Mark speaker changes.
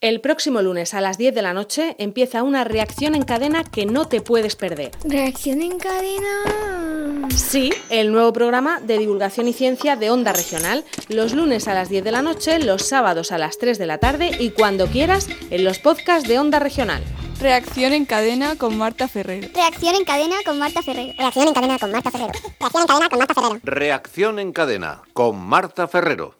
Speaker 1: El próximo lunes a las 10 de la noche empieza una reacción en cadena que no te puedes perder.
Speaker 2: Reacción en cadena.
Speaker 1: Sí, el nuevo programa de divulgación y ciencia de Onda Regional, los lunes a las 10 de la noche, los sábados a las 3 de la tarde y cuando quieras en los podcasts de Onda Regional.
Speaker 3: Reacción en cadena con Marta Ferrero.
Speaker 4: Reacción en cadena con Marta Ferrero.
Speaker 5: Reacción en cadena con Marta Ferrero.
Speaker 6: Reacción en cadena con Marta Ferrero.
Speaker 7: Reacción en cadena con Marta Ferrero.